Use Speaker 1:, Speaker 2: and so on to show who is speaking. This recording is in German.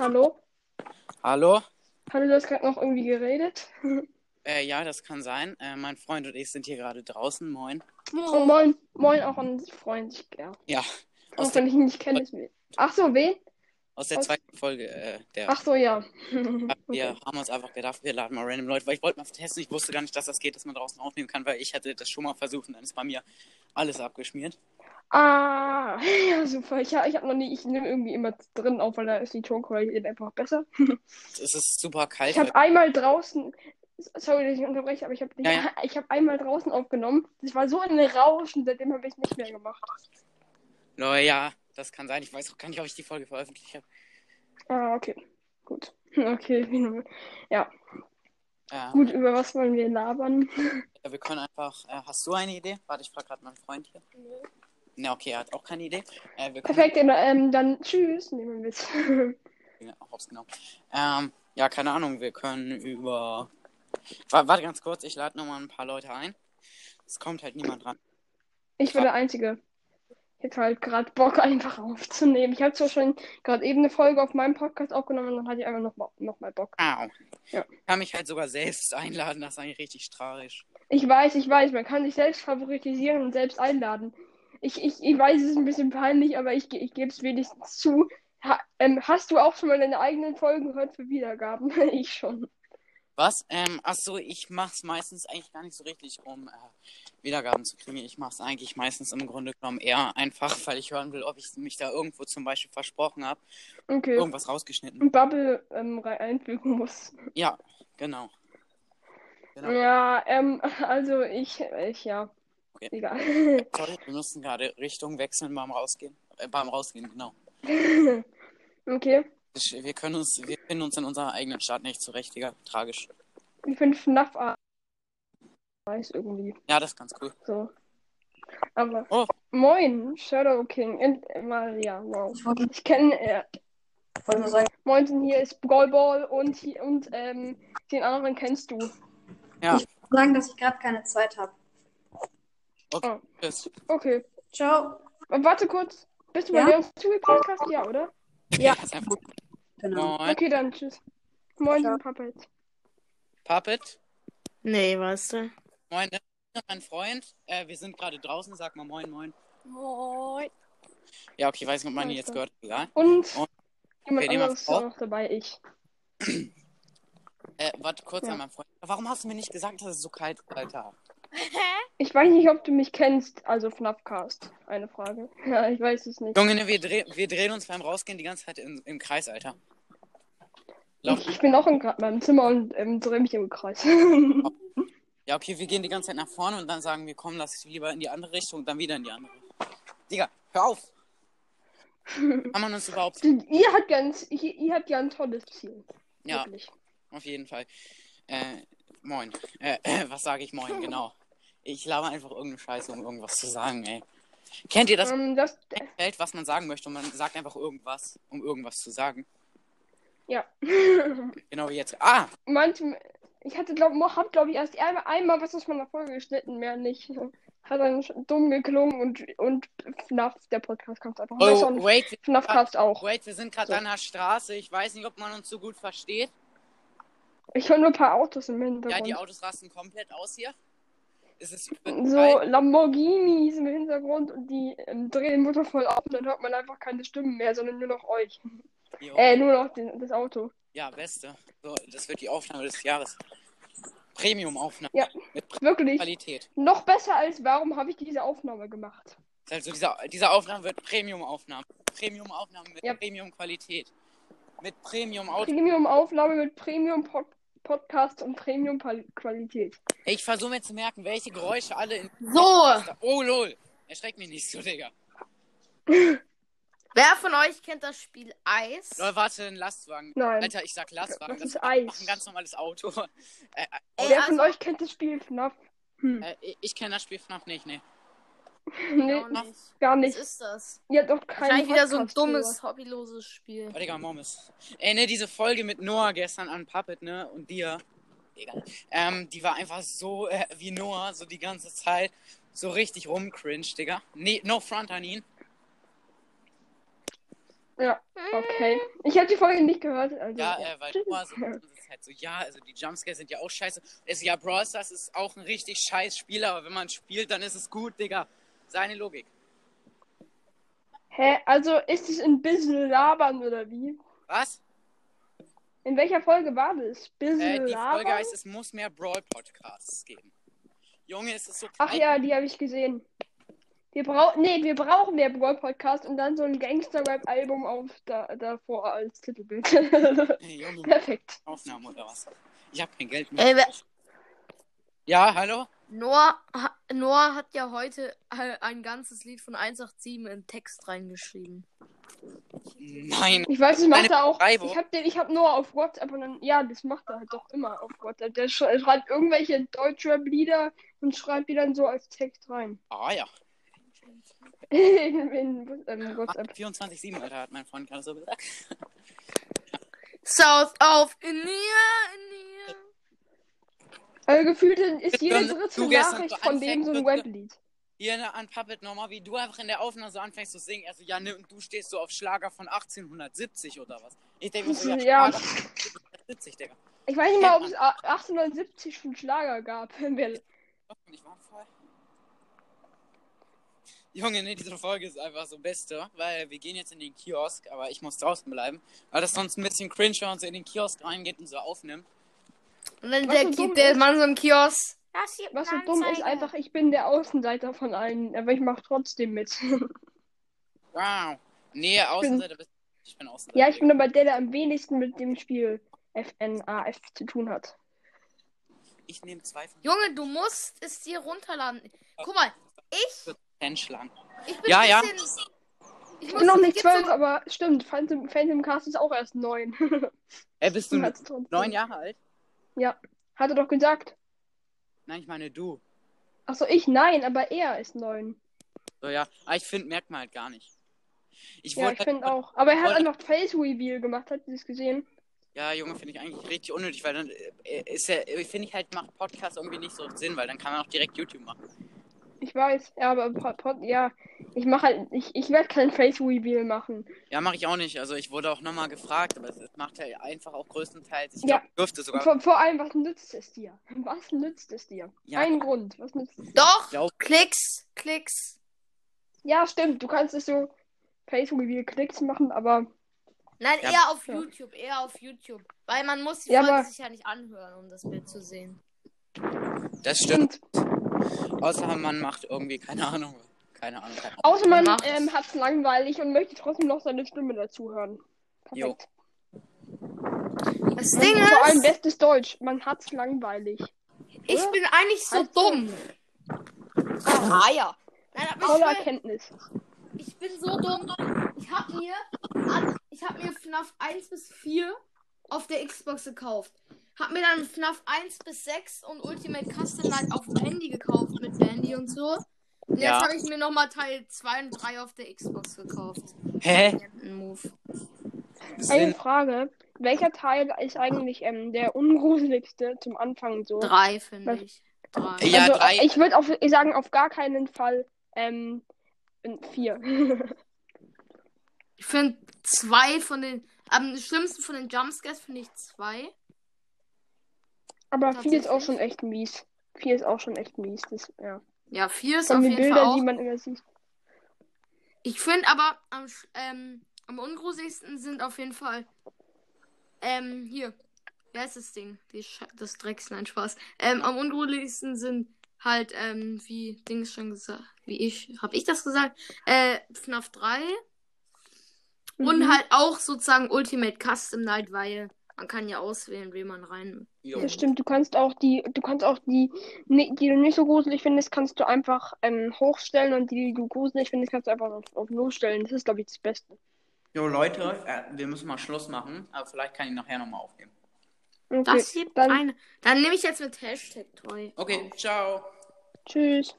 Speaker 1: Hallo?
Speaker 2: Hallo?
Speaker 1: Hallo, du hast gerade noch irgendwie geredet.
Speaker 2: Äh, ja, das kann sein. Äh, mein Freund und ich sind hier gerade draußen. Moin.
Speaker 1: Oh, moin, moin auch an den Freund. Ja.
Speaker 2: Ja, aus
Speaker 1: Auch
Speaker 2: der,
Speaker 1: wenn ich ihn nicht kenne, ist mir. Ach so, wen?
Speaker 2: aus der
Speaker 1: aus-
Speaker 2: zweiten Folge. Äh, der,
Speaker 1: Ach so, ja.
Speaker 2: Wir haben uns einfach gedacht, wir laden mal random Leute, weil ich wollte mal testen. Ich wusste gar nicht, dass das geht, dass man draußen aufnehmen kann, weil ich hatte das schon mal versucht und dann ist bei mir alles abgeschmiert.
Speaker 1: Ah, ja, super. Ich, ha- ich habe noch nie, ich nehme irgendwie immer drin auf, weil da ist die Tonqualität einfach besser.
Speaker 2: Es ist super kalt.
Speaker 1: Ich habe einmal draußen, sorry, dass ich unterbreche, aber ich habe
Speaker 2: Ja, ja.
Speaker 1: ich hab einmal draußen aufgenommen. Das war so ein Rauschen, seitdem habe ich nicht mehr gemacht.
Speaker 2: No, Oh ja, das kann sein. Ich weiß auch gar nicht, ob ich die Folge veröffentlicht habe.
Speaker 1: Ah, okay. Gut. Okay, wie nur-
Speaker 2: Äh,
Speaker 1: gut, über was wollen wir labern?
Speaker 2: wir können einfach. Äh, hast du eine Idee? Warte, ich frage gerade meinen Freund hier. Na, okay, er hat auch keine Idee. Äh, wir können-
Speaker 1: Perfekt, ähm, dann tschüss, nehmen wir mit.
Speaker 2: Ja, auch rausgenommen. Ähm, ja, keine Ahnung, wir können über. Wa- Warte ganz kurz, ich lade nochmal ein paar Leute ein. Es kommt halt niemand ran.
Speaker 1: Ich bin der Einzige. Ich hätte halt gerade Bock, einfach aufzunehmen. Ich habe zwar schon gerade eben eine Folge auf meinem Podcast aufgenommen und dann hatte ich einfach noch, mal- noch mal Bock.
Speaker 2: Au.
Speaker 1: Ja.
Speaker 2: Ich kann mich halt sogar selbst einladen, das ist eigentlich richtig tragisch.
Speaker 1: Ich weiß, ich weiß, man kann sich selbst favoritisieren und selbst einladen. Ich, ich, ich weiß, es ist ein bisschen peinlich, aber ich, ge- ich gebe es wenigstens zu. Ha, ähm, hast du auch schon mal deine eigenen Folgen gehört für Wiedergaben? ich schon.
Speaker 2: Was? Ähm, achso, ich mach's meistens eigentlich gar nicht so richtig, um äh, Wiedergaben zu kriegen. Ich mach's eigentlich meistens im Grunde genommen eher einfach, weil ich hören will, ob ich mich da irgendwo zum Beispiel versprochen habe,
Speaker 1: Okay.
Speaker 2: irgendwas rausgeschnitten.
Speaker 1: Und Bubble ähm, rein- einfügen muss.
Speaker 2: Ja, genau. Ja.
Speaker 1: Ja, ähm, also ich, ich ja.
Speaker 2: Okay.
Speaker 1: Egal.
Speaker 2: Sorry, wir müssen gerade Richtung wechseln beim Rausgehen. Äh, beim Rausgehen, genau.
Speaker 1: Okay.
Speaker 2: Ich- Wir können uns, wir finden uns in unserer eigenen Stadt nicht zurecht, Digga. Tragisch.
Speaker 1: Ich finde FNAF a- weiß irgendwie
Speaker 2: Ja, das ist ganz cool.
Speaker 1: so. Aber
Speaker 2: Oh.
Speaker 1: moin, Shadow King und Maria, wow.
Speaker 3: Ich wollte
Speaker 1: Ich kenne äh,
Speaker 3: wollte nur sagen,
Speaker 1: moin sind hier ist Ballball und hier und ähm, den anderen kennst du.
Speaker 3: sagen, dass ich gerade keine Zeit habe.
Speaker 2: Tschüss.
Speaker 1: Okay.
Speaker 3: Ciao.
Speaker 1: W- Warte kurz. Bist du bei
Speaker 3: Ja?
Speaker 1: Leons Zugekrankt hast? Ja, oder?
Speaker 3: Ja.
Speaker 2: Das ist einfach-
Speaker 3: Genau.
Speaker 2: Moin.
Speaker 1: Okay, dann tschüss. Moin,
Speaker 3: Ciao.
Speaker 1: Puppet.
Speaker 2: Puppet.
Speaker 4: Nee, weißt du.
Speaker 2: Moin, ne? mein Freund. Äh, wir sind gerade draußen. Sag mal moin, moin.
Speaker 4: Moin.
Speaker 2: Ja, okay, ich weiß nicht, ob man die jetzt
Speaker 1: Alter.
Speaker 2: gehört. hat. Egal.
Speaker 1: Und
Speaker 2: Oh.
Speaker 1: jemand
Speaker 2: Okay, nehmen wir
Speaker 1: anderes ist
Speaker 2: auf.
Speaker 1: auch noch dabei, ich.
Speaker 2: Äh, warte kurz
Speaker 1: Ja.
Speaker 2: an meinen Freund. Warum hast du mir nicht gesagt, dass es so kalt ist, Alter?
Speaker 1: Ich weiß nicht, ob du mich kennst, also FNAFcast. Eine Frage. Ja, ich weiß es nicht.
Speaker 2: Junge, ne, wir, dreh, wir drehen uns beim Rausgehen die ganze Zeit in, im Kreis, Alter. Lauf.
Speaker 1: Ich, ich bin auch in gra- meinem Zimmer und ähm, drehe mich im Kreis.
Speaker 2: Ja, okay, wir gehen die ganze Zeit nach vorne und dann sagen wir, komm, lass lieber in die andere Richtung und dann wieder in die andere. Digga, hör auf! Kann man uns überhaupt.
Speaker 1: Ihr habt ganz, ihr, ihr habt ja ein tolles Ziel.
Speaker 2: Ja.
Speaker 1: Wirklich.
Speaker 2: Auf jeden Fall. Äh, moin. Äh, äh, was sage ich moin, genau. Ich laber einfach irgendeine Scheiße, um irgendwas zu sagen, ey. Kennt ihr das
Speaker 1: Ähm, das,
Speaker 2: Feld, was man sagen möchte und man sagt einfach irgendwas, um irgendwas zu sagen?
Speaker 1: ja.
Speaker 2: Genau wie jetzt. Ah!
Speaker 1: Manchmal, ich hatte, glaube hab, glaube ich, erst einmal, einmal was aus meiner Folge geschnitten, mehr nicht. Hat dann schon dumm geklungen und, und FNAF, der Podcast kommt einfach besser
Speaker 2: Oh,
Speaker 1: und
Speaker 2: wait, wir-
Speaker 1: FNAFcast auch.
Speaker 2: wait, wir sind gerade
Speaker 1: So.
Speaker 2: an der Straße. Ich weiß nicht, ob man uns so gut versteht.
Speaker 1: Ich höre nur ein paar Autos im
Speaker 2: Ja, die
Speaker 1: Hintergrund.
Speaker 2: Autos rasten komplett aus hier. Es ist
Speaker 1: so Lamborghinis im Hintergrund und die ähm, drehen den Motor voll auf und dann hört man einfach keine Stimmen mehr, sondern nur noch euch.
Speaker 2: Jo.
Speaker 1: Äh, nur noch den, das Auto.
Speaker 2: Ja, beste. So, das wird die Aufnahme des Jahres. Premium-Aufnahme.
Speaker 1: Ja.
Speaker 2: Mit Pre-
Speaker 1: Wirklich.
Speaker 2: Qualität.
Speaker 1: Noch besser als warum habe ich diese Aufnahme gemacht?
Speaker 2: Ist halt so, dieser, diese Aufnahme wird Premium-Aufnahme. Premium-Aufnahme mit
Speaker 1: Ja.
Speaker 2: Premium-Qualität. Mit Premium-Auto.
Speaker 1: Premium-Aufnahme mit Premium-Podcast und Premium-Qualität.
Speaker 2: Ich versuche mir zu merken, welche Geräusche alle in.
Speaker 4: So,
Speaker 2: Oh, lol. Erschreckt mich nicht so, Digga.
Speaker 4: wer von euch kennt das Spiel Eis?
Speaker 2: Lol, warte, ein Lastwagen.
Speaker 1: Nein.
Speaker 2: Alter, ich sag Lastwagen.
Speaker 1: Das ist
Speaker 2: einfach ein
Speaker 1: Eis.
Speaker 2: ganz normales Auto. Äh,
Speaker 4: Ey,
Speaker 1: Wer
Speaker 4: also,
Speaker 1: von euch kennt das Spiel FNAF? Hm.
Speaker 2: äh, ich- ich kenne das Spiel noch nicht, ne.
Speaker 1: Nee,
Speaker 4: auch nicht.
Speaker 1: gar
Speaker 4: Was
Speaker 1: nicht.
Speaker 4: Genau, ist das?
Speaker 1: Ihr habt doch keinen
Speaker 4: Wahrscheinlich wieder so ein
Speaker 1: Podcast drüber.
Speaker 4: dummes, hobbyloses Spiel.
Speaker 2: Oh, Digga, Momes. Ey, ne, diese Folge mit Noah gestern an Puppet, ne, und dir. Egal. Ähm, die war einfach so äh, wie Noah, so die ganze Zeit. So richtig rumcringe, Digga. Nee, no front an ihn.
Speaker 1: Okay. Ich habe die Folge nicht gehört. Also,
Speaker 2: Ja, äh, weil
Speaker 1: Tschüss.
Speaker 2: Brawl Stars ist halt so, ja, also die Jumpscares sind ja auch scheiße. Es, ja, Brawl Stars ist auch ein richtig scheiß Spiel, aber wenn man spielt, dann ist es gut, Digga. Seine Logik.
Speaker 1: Hä? Also ist es ein bisschen labern oder wie?
Speaker 2: Was?
Speaker 1: In welcher Folge war das? Bisschen
Speaker 2: Äh, die
Speaker 1: labern?
Speaker 2: Folge heißt, es muss mehr Brawl-Podcasts geben. Junge, es ist so
Speaker 1: Ach ja, die habe ich gesehen. Wir brauchen, nee, wir brauchen mehr Brawl Podcast und dann so ein Gangster-Rap-Album auf da, davor als Titelbild.
Speaker 2: Hey, Junge,
Speaker 1: Perfekt.
Speaker 2: Aufnahme oder was? Ich hab kein Geld mehr.
Speaker 4: Ey, wer-
Speaker 2: Ja, hallo?
Speaker 4: Noah, ha- Noah hat ja heute äh, ein ganzes Lied von 187 in Text reingeschrieben.
Speaker 2: Nein.
Speaker 1: Ich weiß, das macht
Speaker 2: Eine
Speaker 1: er auch.
Speaker 2: Beschreibung.
Speaker 1: Ich habe den, ich habe nur auf WhatsApp und dann, ja, das macht er halt doch immer auf WhatsApp. Der sch- er schreibt irgendwelche Deutschrap-Lieder und schreibt die dann so als Text rein.
Speaker 2: Ah ja.
Speaker 1: in, in, ähm, WhatsApp.
Speaker 2: 24-7, Ah, Alter, hat mein Freund gerade so gesagt.
Speaker 4: South of India, India.
Speaker 1: Also gefühlt ist jede
Speaker 2: Wenn
Speaker 1: dritte
Speaker 2: du gestern
Speaker 1: Nachricht
Speaker 2: so
Speaker 1: von dem so ein
Speaker 2: anfängst,
Speaker 1: Weblied.
Speaker 2: Hier ne, an Puppet nochmal, wie du einfach in der Aufnahme so anfängst zu singen. Also, ja, ne, und du stehst so auf Schlager von 1870 oder was. Ich denke mir so, ja,
Speaker 1: Ja.
Speaker 2: Schlager von 1870, Digga.
Speaker 1: Ich weiß nicht
Speaker 2: Äh,
Speaker 1: mal, ob es a- 1870 schon Schlager gab. Wer-
Speaker 2: Ich war voll. Junge, ne, diese Folge ist einfach so beste, weil wir gehen jetzt in den Kiosk, aber ich muss draußen bleiben, weil das sonst ein bisschen cringe, wenn man so in den Kiosk reingeht und so aufnimmt.
Speaker 4: Und dann
Speaker 1: Was
Speaker 4: der,
Speaker 1: so dumm
Speaker 4: geht der
Speaker 1: ist-
Speaker 4: Mann so im Kiosk. Das hier
Speaker 1: Was so dumm ist, einfach, ich bin der Außenseiter von allen, aber ich mache trotzdem mit.
Speaker 2: Wow. Nee, Außenseiter bist Ich bin Außenseiter.
Speaker 1: ja, ich bin aber der, der am wenigsten mit dem Spiel FNAF zu tun hat.
Speaker 2: Ich nehme zwei von
Speaker 4: Junge, du musst es dir runterladen. Guck mal, ich,
Speaker 2: Fanschlangen.
Speaker 4: ich bin
Speaker 2: Ja,
Speaker 4: ein
Speaker 2: ja.
Speaker 4: bisschen... Ich
Speaker 1: Ich bin noch
Speaker 4: muss-
Speaker 1: nicht
Speaker 4: es gibt so-
Speaker 1: zwölf, aber stimmt, Phantom, Phantom Cast ist auch erst neun.
Speaker 2: Ey, bist du
Speaker 1: Hat's trotzdem.
Speaker 2: Hm. neun Jahre alt?
Speaker 1: Hat er doch gesagt.
Speaker 2: Nein, ich meine du.
Speaker 1: Achso, ich nein, aber er ist neun.
Speaker 2: So, ja. Aber ich finde, merkt man halt gar nicht. Ich
Speaker 1: Ja,
Speaker 2: wollte halt
Speaker 1: ich finde auch. Aber er hat auch
Speaker 2: wollte-
Speaker 1: noch Face Reveal gemacht, hat ihr das gesehen?
Speaker 2: Ja, Junge, finde ich eigentlich richtig unnötig, weil dann äh, ist ja, äh, finde ich halt, macht Podcast irgendwie nicht so Sinn, weil dann kann man auch direkt YouTube machen.
Speaker 1: Ich weiß, ja, aber Pod, Pod, ja, ich mache halt, ich, ich werde kein Face Reveal machen.
Speaker 2: Ja, mache ich auch nicht. Also ich wurde auch nochmal gefragt, aber es, es macht halt einfach auch größtenteils. Ich
Speaker 1: Ja.
Speaker 2: glaube, dürfte sogar.
Speaker 1: Vor, vor allem, was nützt es dir? Was nützt es dir?
Speaker 2: Ja.
Speaker 1: Ein Grund, was nützt es dir?
Speaker 4: Doch,
Speaker 2: Glaub-
Speaker 4: Klicks, Klicks.
Speaker 1: Ja, stimmt, du kannst es so Face Reveal Klicks machen, aber
Speaker 4: Nein,
Speaker 2: Ja,
Speaker 4: eher auf
Speaker 1: ja.
Speaker 4: YouTube, eher auf YouTube. Weil man muss die
Speaker 1: Ja,
Speaker 4: Folge
Speaker 1: aber-
Speaker 4: sich ja nicht anhören, um das Bild zu sehen.
Speaker 2: Das stimmt.
Speaker 1: stimmt.
Speaker 2: Außer man macht irgendwie, keine Ahnung. Keine Ahnung. Keine Ahnung.
Speaker 1: Außer man
Speaker 4: Macht's.
Speaker 1: ähm, hat's langweilig und möchte trotzdem noch seine Stimme dazu hören.
Speaker 2: Jo.
Speaker 1: Perfekt.
Speaker 4: Das Ding
Speaker 1: Vor allem
Speaker 4: ist,
Speaker 1: bestes Deutsch, man hat's langweilig.
Speaker 4: ich bin eigentlich so
Speaker 1: Halt
Speaker 4: dumm. Ah ja. Nein, aber ich,
Speaker 1: Tolle
Speaker 4: schwör,
Speaker 1: Erkenntnis.
Speaker 4: ich bin so dumm. Ich hab mir, an- ich hab mir FNAF 1 bis 4 auf der Xbox gekauft. Hab mir dann FNAF 1 bis 6 und Ultimate Custom Night auf dem Handy gekauft mit Bandy und so. Und jetzt
Speaker 2: Ja.
Speaker 4: habe ich mir nochmal Teil 2 und 3 auf der Xbox gekauft.
Speaker 2: Hä?
Speaker 4: Move.
Speaker 1: Eine
Speaker 2: Sinn.
Speaker 1: Frage. Welcher Teil ist eigentlich ähm, der ungruseligste zum Anfang so?
Speaker 4: Drei, finde
Speaker 1: Was?
Speaker 4: ich. Drei.
Speaker 2: Ja,
Speaker 1: also,
Speaker 2: drei.
Speaker 1: Ich würde auf, ich sagen, auf gar keinen Fall ähm, vier.
Speaker 4: Ich finde zwei von den. Am schlimmsten von den Jumpscares finde ich zwei.
Speaker 1: Aber vier ist auch
Speaker 4: Tatsächlich.
Speaker 1: schon echt mies. Vier ist auch schon echt mies. Das, ja.
Speaker 4: Ja, vier ist
Speaker 1: Von
Speaker 4: auf
Speaker 1: den
Speaker 4: jeden Fall
Speaker 1: Bildern,
Speaker 4: auch.
Speaker 1: die man immer sieht.
Speaker 4: Ich finde aber am, sch- ähm, am ungruseligsten sind auf jeden Fall. Ähm, hier. Wer ist das Ding? Die Sch das Drecks, nein, Spaß. Ähm, am ungruseligsten sind halt, ähm, wie Dings schon gesagt. Wie ich. Hab ich das gesagt? Äh, FNAF 3. Und
Speaker 1: Mhm.
Speaker 4: halt auch sozusagen Ultimate Custom Night, weil man kann ja auswählen, wen man rein.
Speaker 2: Jo.
Speaker 1: Das stimmt, du kannst auch die, du kannst auch die, ne- die du nicht so gruselig findest, kannst du einfach ähm, hochstellen und die, die du gruselig findest, kannst du einfach auf, auf Null stellen. Das ist, glaube ich, das Beste.
Speaker 2: Jo, Leute, äh, wir müssen mal Schluss machen, aber vielleicht kann ich nachher nochmal aufgeben.
Speaker 1: Okay,
Speaker 4: Das gibt
Speaker 1: dann
Speaker 4: eine. Dann nehme ich jetzt mit Hashtag Toy.
Speaker 2: Okay, ciao.
Speaker 1: tschüss.